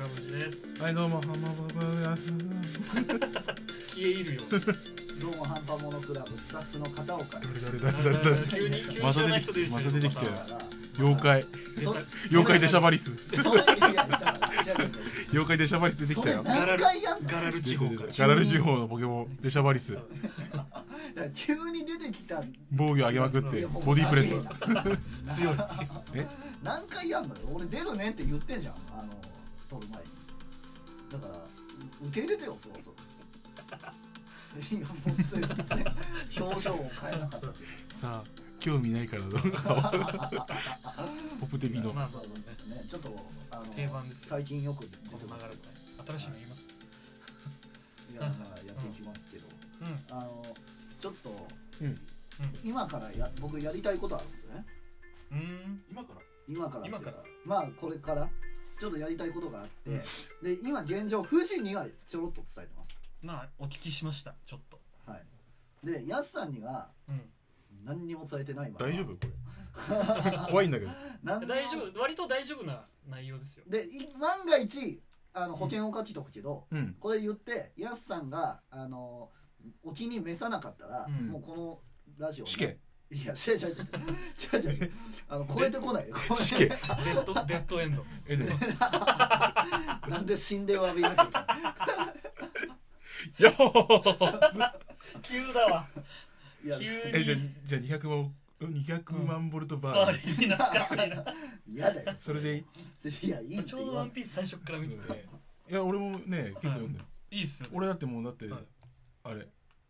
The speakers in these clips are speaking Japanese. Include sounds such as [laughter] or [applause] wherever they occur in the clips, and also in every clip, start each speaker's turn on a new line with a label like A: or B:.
A: はいどうもハンマーバーバーです
B: 消え入るよ
C: どうもハンパモノクラブスタッフの片岡です
A: 誰誰誰誰
B: 急に急に知
A: また
B: らない
A: 出て
B: 人出て
A: きて
B: き
A: また出てき
B: た
A: て
B: よ
A: 妖怪
C: そ
A: 妖怪デシャバリス
C: それいやいたから違う違う
A: 妖怪デシャバリス出て
C: そ
A: きた
C: れ
A: よ
C: 何回やんの
B: ガラル地方から
A: ガラル地方のポケモンデシャバリス
C: だから急に出てきた
A: 防御上げまくってボディープレス
B: 強い
C: 何回やんのよ俺出るねって言ってんじゃんあの撮る前にだからう受け入れてよそろそろいやもう全然表情を変えなかった
A: さあ興味ないからどうかはポップテビの
B: まあ
C: そ
B: ま
C: う
B: あ
C: ねちょっとあの
B: 定番ですよ
C: 最近よく出て
B: 言葉
C: ま
B: が
C: す
B: あ
C: け
B: る
C: ど
B: から新しいの言います
C: いやだからやっていきますけど、
B: うん
C: あのちょっと
A: うん
C: 今からや僕やりたいことあるんですね
B: うん
D: 今から
C: 今からっていう
B: 今から
C: まあこれからちょっとやりたいことがあって、
B: うん
C: で今現状富士にはちょろっと伝えてます
B: まあお聞きしましたちょっと
C: はいでやすさんには
B: うん
C: 何にも伝えてないまま
A: 大丈夫これ怖いんだけど
C: 何にも
B: 大丈夫割と大丈夫な内容ですよ
C: でい万が一あの保険をかけとくけど、
A: うん
C: これ言ってやすさんがあのお気に召さなかったら、
B: うん
C: もうこのラジオ
A: 死刑
C: いや違う違う違う違う違う違うあの超えてこないよ
A: 死刑
B: デッドデッドエンド
A: えね
C: なんで死んで詫びなきゃいけない
A: やっほ
B: 急だわ
C: いや
B: 急
A: えじゃあ
B: に
A: じゃあ200万200万ボルトバ
B: バー
A: ーン
B: リーに懐かしいな
C: 嫌だよ
A: それでいい
C: いやいいって
B: ちょう
C: 言
B: ど
C: わ
B: ワ
C: ん
B: ンピース最初から見てて
A: いや俺もね結構読んだよ
B: いいっすよね
A: 俺だってもうだって
B: はい
A: あれ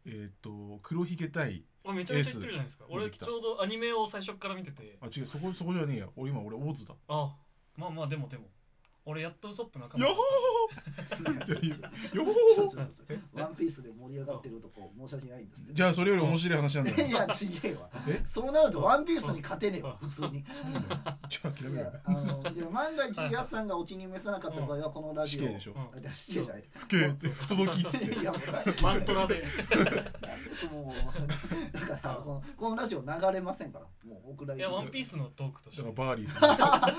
A: えーっと黒ひげ対
B: あめちゃめちゃ言ってるじゃないですか
A: エース
B: 俺ちょうどアニメを最初から見てて
A: あ違うそこそこじゃねえや俺今俺大津だ
B: あまあまあでもでも俺やっとウソップ仲間
A: や
B: だ
A: っ
B: っ
A: ほーよ
C: ち
A: ほ
C: ょ
A: ー
C: [laughs] ちょちょワンピースで盛り上がってるとこ申し訳ないんですけ
A: じゃあそれより面白い話なんだ
C: ど
A: よ
C: いやちげえわ
A: え
C: そうなるとワンピースに勝てねえわ普通にい
A: ちょっと諦め
C: や
A: る
C: あので万が一やすさんがお気に召さなかった場合はこのラ
A: 死
C: ジ
A: 刑
C: オ
A: でしょ
B: た
C: あいや死刑じゃない
A: 不敬って不届きっつ
C: [laughs]
A: って
C: いやもうなん
B: マントラで
C: でそのだからこのこのラジオ流れませんからもうお蔵
B: い
C: 入
B: や
C: り
B: ワンピースのトークとして
A: だからバーリーさ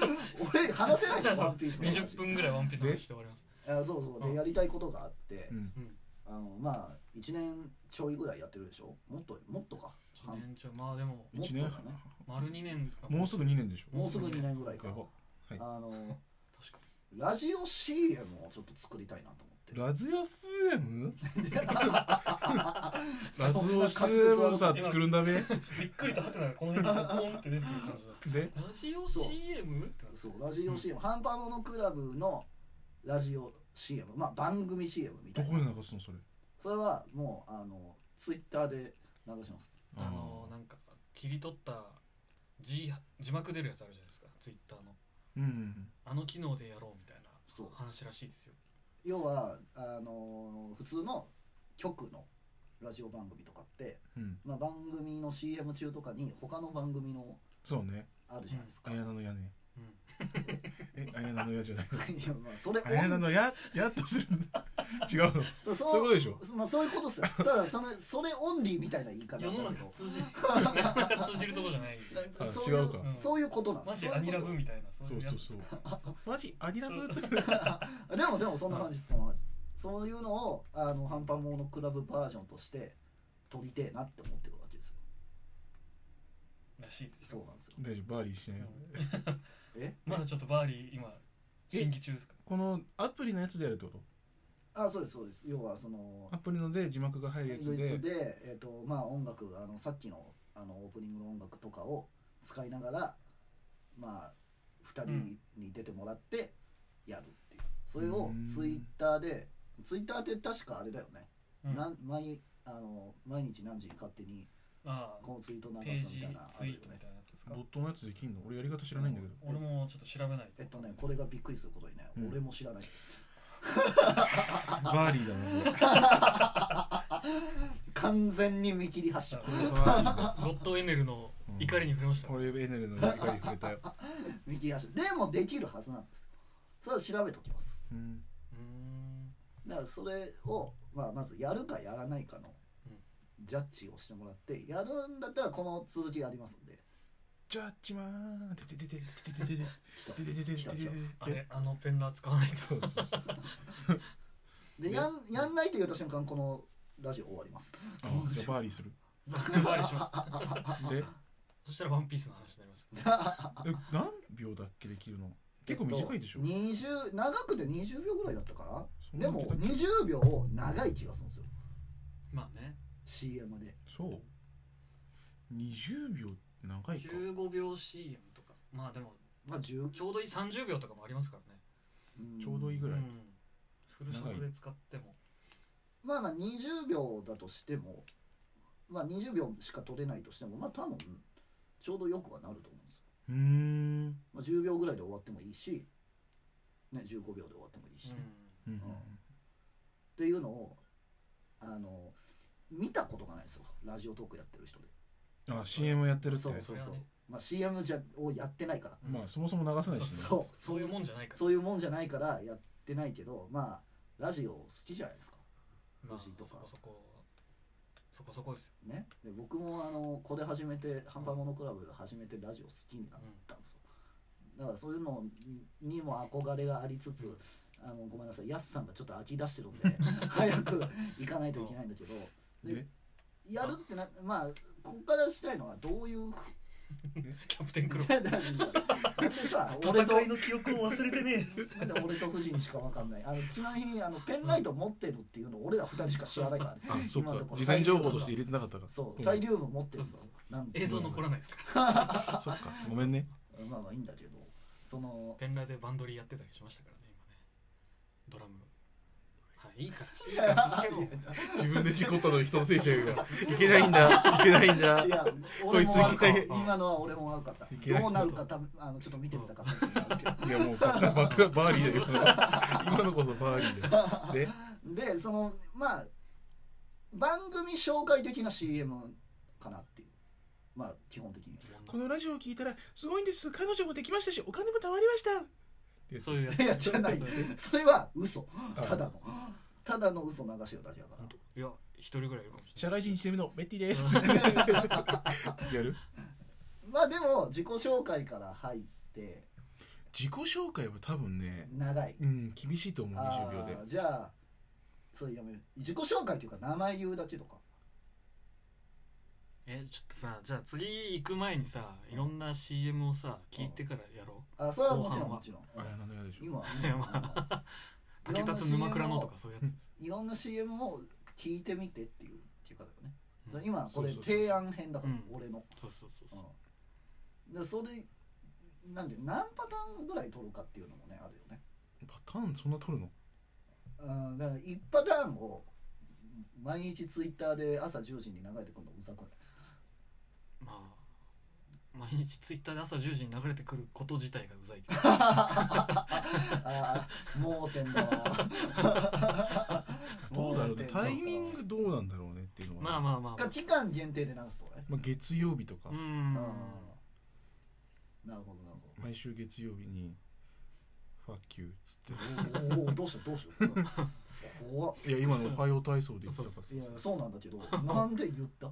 C: 俺話せないよワンピースの話
B: 20分ぐらいワンピースの話して終わります
C: あそうそう
B: う
C: で
B: ん
C: やりたいことがあって
A: ん、うん、
C: あのまあ1年ちょいぐらいやってるでしょもっともっとか
B: 1年ちょいまあでも
A: 1年
C: もっとだね
B: 丸2年とか
A: もうすぐ2年でしょ
C: もうすぐ2年ぐらいか
A: やばはい
C: あの
B: 確か
C: ラジオ CM をちょっと作りたいなと思って
A: ラズオ CM? ラズ
C: そん
A: オ
C: な滑舌
A: CM をさ
B: 今
A: 作るんだべ
B: にびっくりとハテナがこの辺にポンって出てくる感じだ
A: で
B: ラジオ
C: そう
B: CM? ってなって
C: そうラジオ CM、ハンパモノクラブのラジオ CM まあ番組 CM みた
A: ど
C: い
A: こ
C: な
A: で流すのそれ
C: それはもうあのツイッターで流します
B: あのなんか切り取った字字幕出るやつあるじゃないですかツイッターの
A: うんうん
B: あの機能でやろうみたいな
C: そう
B: 話らしいですよ
C: 要はあの普通の局のラジオ番組とかって、
A: うん
C: まあ、番組の CM 中とかに他の番組の
A: そうね
C: あるじゃないですか、
A: 綾菜の矢ね
B: うん
A: え綾菜の矢じゃない
C: [laughs] いやまあそれ
A: 綾菜の矢やっとするんだ違うの
C: そう
A: [laughs]
C: そ
A: そういう
C: う
A: ことでしょ
C: まあ、そういうこと
A: [laughs]
C: っすよただそのそれオンリーみたいな言い方
B: 世
C: なん
B: の
C: だけ
B: 中
C: ど
B: 通じ
C: [laughs]
B: 通じるとこじゃない
A: あ
C: だそうい
A: 違う
C: う
A: か
B: うん
C: そういうことなんで
B: マ
C: す
B: ジ
C: よ
B: アニラ
C: そう
B: ブ
C: い
B: み
C: うこ
B: たいなそ
A: そう
B: いううや
A: そ
B: つ
A: うそうマジアニラブ [laughs] って
C: と [laughs] でもでもそんな感じですそんな感じですそういうのをあのハンパモのクラブバージョンとして撮りてえなって思ってるわけですよ
B: らしいです
C: そう
B: よ
C: なんですよ
A: 大丈夫バーリーしないよ
C: え
B: まだちょっとバーリー今審議中ですか
A: このアプリのやつでやるってこと
C: あそうですそうです要はその
A: アプリので字幕が入るや
C: ド
A: つ
C: イツ
A: で
C: で、えっとまあ、音楽あのさっきのあのオープニングの音楽とかを使いながら、まあ、2人に出てもらってやるっていう、それを
A: うん
C: ツイッターでツイッターって確かあれだよね、
B: うん
C: なん毎あの毎日何時に勝手に
B: ああ
C: このツイート
B: 定
C: 流すみ
B: 時
C: たいなあ
B: ツイ
C: るよ
B: ートみ
C: ね
B: たいなやつですか
A: ボットのやつできんの俺やり方知らないんだけど
B: 俺もちょっと調べない
C: えっとねこれがびっくりすることにね、
A: うん
C: 俺も知らないです
A: バーリーだなこ
C: 完全に見切り発車
A: れこれバーリーだ
B: ゴッドエネルの怒りに触れました
A: これエネルの怒り触れたよ
C: 見切り発車でもできるはずなんですそれは調べときます
A: うん
B: うん
C: だからそれを、まあ、まずやるかやらないかの
B: うん
C: ジャッジをしてもらってやるんだったらこの続きがありますんで
A: ジャッジマンてててててててててててててててて
B: あれあのペンダー使わ
C: [laughs]
B: ないと
A: そうそうそう
C: でやんやんないって言った瞬間このラジオ終わります
A: あじゃあバーリーする
B: 金回りします
A: で
B: そしたらワンピースの話になります
A: え何秒だっけできるの [laughs] 結構短いでしょ、
C: 20長くて20秒ぐらいだったか
A: そん
C: な
A: な
C: で
A: の
C: も
A: いけたっけ
C: 20秒長い気がするんですよ
B: まあね
C: CM で
A: そう20秒って長いか
B: 15秒 CM とかまあでも
C: まあ10
B: ちょうどいい30秒とかもありますからね
C: うん
A: ちょうどいいぐ
B: う
A: らい、
B: んフル尺で使っても
C: まあまあ20秒だとしてもまあ20秒しか取れないとしてもまあ多分ちょうどよくはなると思うんですよ、
A: うーん
C: まあ、10秒ぐらいで終わってもいいし、ね、15秒で終わってもいいしね、
B: う
C: っ
B: ん
A: うん
C: ていうのをあの見たことがないですよラジオトークやってる人で、
A: あ CM やってるって
C: そうそう
B: そ
C: そう
B: れはね
C: まあ、CM じゃをやってないから
A: まあそもそも流さないしね
C: そう
B: そういうもんじゃないから
C: そういうもんじゃないからやってないけどまあラジオ好きじゃないですか
B: まあそ
C: 藤井とか
B: こそこそこそこですよ
C: ねで僕もあのこれ始めてハンパモノクラブ始めてラジオ好きになったんですよだからそういうのにも憧れがありつつあのごめんなさいやすさんがちょっと飽き出してるんで早く行かないといけないんだけど
A: で
C: でやるってなまあここからしたいのはどういうふ
B: [laughs] キャプテンクロー
C: なんで
B: [laughs]
C: さ [laughs] 俺と
D: 戦いの記憶を忘れてねえ
C: なんで俺と藤にしかわかんないあのちなみにあのペンライト持ってるっていうの俺ら二人しか知ら
A: [laughs]
C: ないからね
A: あそっ
C: 今のと
A: か
C: ころ
A: 事前情報として入れてなかったか
C: そう、
A: ん
C: サイリウム持ってるんですよ
B: そうそ
C: なん [laughs] で
B: 映像残らないですから
A: そっかごめんね
C: まあまあいいんだけど、
B: [laughs]
C: その、
B: ペンラでバンドリーやってたりしましたからね今ねドラムはいいいからいいから続けろ
C: [laughs]
A: 自分 [laughs] で事故ったのに人のせいにしちゃうからいけないんだいけないんだ
C: いや、俺も悪か
A: こ
C: っ
A: いつ一
C: た。今のは俺も悪かった
A: いけない。
C: どうなるかた、あの、ちょっと見てみたかったっていうのがあるけど。
A: いやもうバカバカバーリーだよ今のこそバーリー [laughs] だよで
C: で、その、まあ、番組紹介的な CM かなっていう。まあ、基本的に。
A: このラジオを聞いたらすごいんです彼女もできましたしお金も貯まりましたってやつ
B: そういうやつ
C: いや、じゃない
B: そう。いうや
C: それは嘘。
A: あ
C: ただの。ただの嘘流してるだけだから。
B: ついや一人ぐらいいるかもしれ
A: 社会人1年目のメッティです
C: [laughs]
A: やる
C: まあでも、自己紹介から入って、
A: 自己紹介は多分ね
C: 長い。
A: うん厳しいと思う
C: あ
A: 20秒で
C: ーじゃあそれやめる自己紹介というか名前言うだけとか
B: [laughs] ないえちょっとさじゃあ次行く前にさいろんな CM をさ聞いてからやろ
C: あそれはもちろ
B: 後半
C: ん
B: は
C: もちろん
A: あやなのやでしょ [laughs]
C: 今
B: いや [laughs] まう竹立沼倉のとかそういうやつです
C: いろんな CM を聞いてみてっていう聞き方よね、
B: うん
C: 今これ
A: そうそうそう
C: 提案編だから、
B: うん
C: 俺の、
B: そうそうそうそう
C: うん、でそれなんで何パターンぐらい取るかっていうのもねあるよね
A: パターンそんな取るの
C: うんだから1パターンを毎日ツイッターで朝10時に流れてくるのうざくない [laughs]
B: まあ毎日ツイッターで朝10時に流れてくること自体がうざいけど
C: ああ盲点だわ
A: [laughs] どうだろうね
C: 盲点だわ
A: タイミングどうなんだろうねっていうのは
B: まあまあまあま
C: が
B: あ
C: 期間限定で流すとね、
A: まあ月曜日とか
B: うーん
C: なるほどなる
A: 毎週月曜日に「ファッキュー」っつって
C: ほどおおどうしようどうしよう怖っ
A: いや今の「おはよう体操」で言ってたから
C: いやそうなんだけど
B: [laughs]
C: なんで言った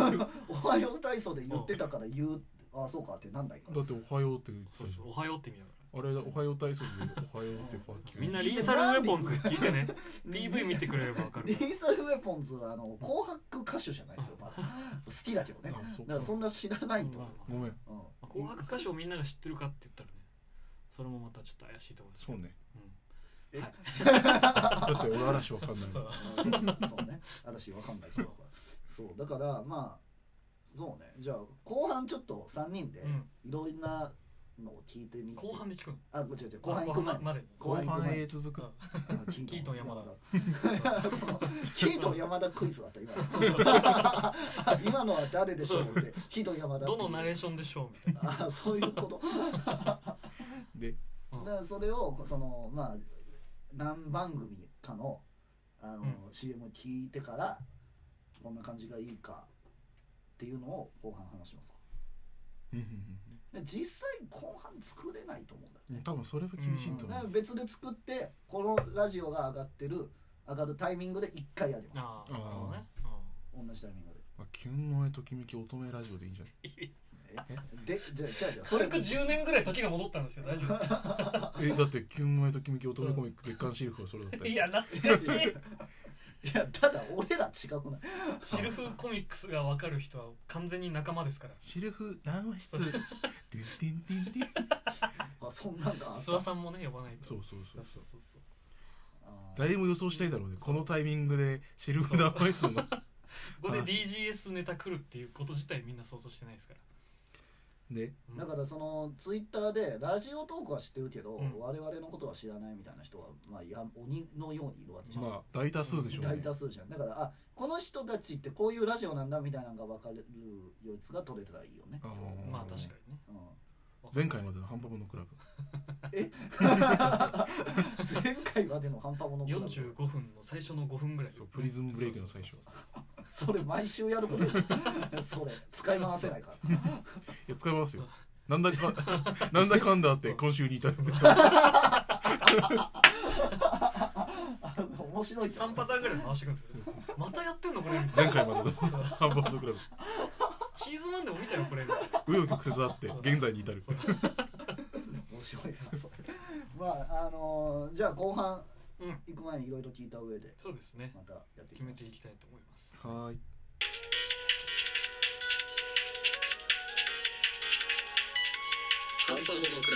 C: [laughs] おはよう体操で言ってたから言うあそうかってなんないか
A: だって「おはよう」って言って
B: そ
A: た
B: う
A: じ
B: そうおはようって意味だか
A: ゃんあれだ「おはよう体操」で「おはよう」って「ファッキュ
B: ら
A: ー」
B: みんなリーサルウェポンズ聞いてね PV 見てくれればわか
C: リ
B: るから
C: ーサルウェポンズはあの紅白歌手じゃないですよまだ好きだけどね
A: あそう
C: だからそんな知らないと
B: まあ
C: 思
B: まあ
A: ごめん
C: う、
B: まあ紅白歌手をみんなが知ってるかって言ったらねそれもまたちょっと怪しいところですけ
A: そ
B: ど
A: うね
B: うんはい
A: だって俺嵐わかんない
B: そ
A: もん
B: う
C: うん、そうそうそうね嵐わかんないけどそうだからまあそうねじゃあ後半ちょっと3人で
B: うん
C: いろんなのを聞いてみて、
B: 後半で聞くの
C: あ、違う違う、後半行く前
B: あ
C: に。
B: まで
C: 後半
A: 後
C: 行く
A: 半
C: 前
A: へ
C: に。
A: 続く
C: あキ
B: キートン山田
C: [laughs] キートン山田クイズだった、今
B: [laughs]
C: の。今のは誰でしょうって。キートン山田ってい
B: ど
C: う。
B: のナレーションでしょうみたいな
C: あ、そういうこと。
A: で
B: うん
C: だからそれを、その、まあ、何番組かの、あの、CM 聞いてから、こんな感じがいいかっていうのを後半話しますか。
A: うんうん
C: で実際後半作れないと思うんだよね。
A: うん多分それは厳しいと
C: だ
A: 思
C: から
A: う
C: 別で作ってこのラジオが上がってる上がるタイミングで1回やります
B: ああなるほどね
C: 同じタイミングで
A: まあキュン萌えときめき乙女ラジオでいいんじゃない
C: えでで違う違うそれ
B: 軽く10年ぐらい時が戻ったんですよ大丈夫で
A: えだって「キュンマイときめき乙女コミック」月刊シルフはそれだった [laughs]
B: す [laughs] い
A: よ
B: や懐かしい
C: いやただ俺ら違くない
B: シルフコミックスが分かる人は完全に仲間ですから
A: シルフ談話室ドゥンティンティンティン
C: あそんなんがあった
B: 諏訪さんもね呼ばないと
A: そうそうそ
B: そう
A: う
B: そうそうそう
C: あー
A: 誰も予想してないだろうねこのタイミングでシルフ談話室の
B: ここで
A: あ
B: DGS ネタ来るっていうこと自体みんな想像してないですから
A: ね
B: うん
C: だからそのツイッターでラジオトークは知ってるけど、
B: うん
C: 我々のことは知らないみたいな人は、まあ、や鬼のようにいるわけじゃん、
A: まあ大多数でしょう
C: 大
A: ね
C: 多数じゃんだからあこの人たちってこういうラジオなんだみたいなのが分かるやつが取れたらいいよね、
A: あー
B: まあ確かにね
C: うん、
A: 前回までの半端ものクラブ
C: [laughs] 前回までの半端ものクラブ
B: 45分の最初の5分ぐらい
A: そうプリズムブレイクの最初
B: そうそうそう
C: それ毎週やることやそれ使い回せないから [laughs]
A: いや使いますよなんだかなんだかんだあって今週に至る
C: あの面白いけど
B: 三発ぐらい回してくんですよ。またやってんのこれ。
A: 前回までの半端ものクラブ
B: シーズン1でも見たよこれ。
A: 紆余曲折あって現在に至る
C: 面白いなそれまああのーじゃあ後半
B: うん。
C: 行く前にいろいろ聞いた上で
B: そうですね。
C: またやっていき
B: 決
C: ま
B: め
C: しょ
B: ていきたいと思います。
A: はーい
E: ハンパモノクラブ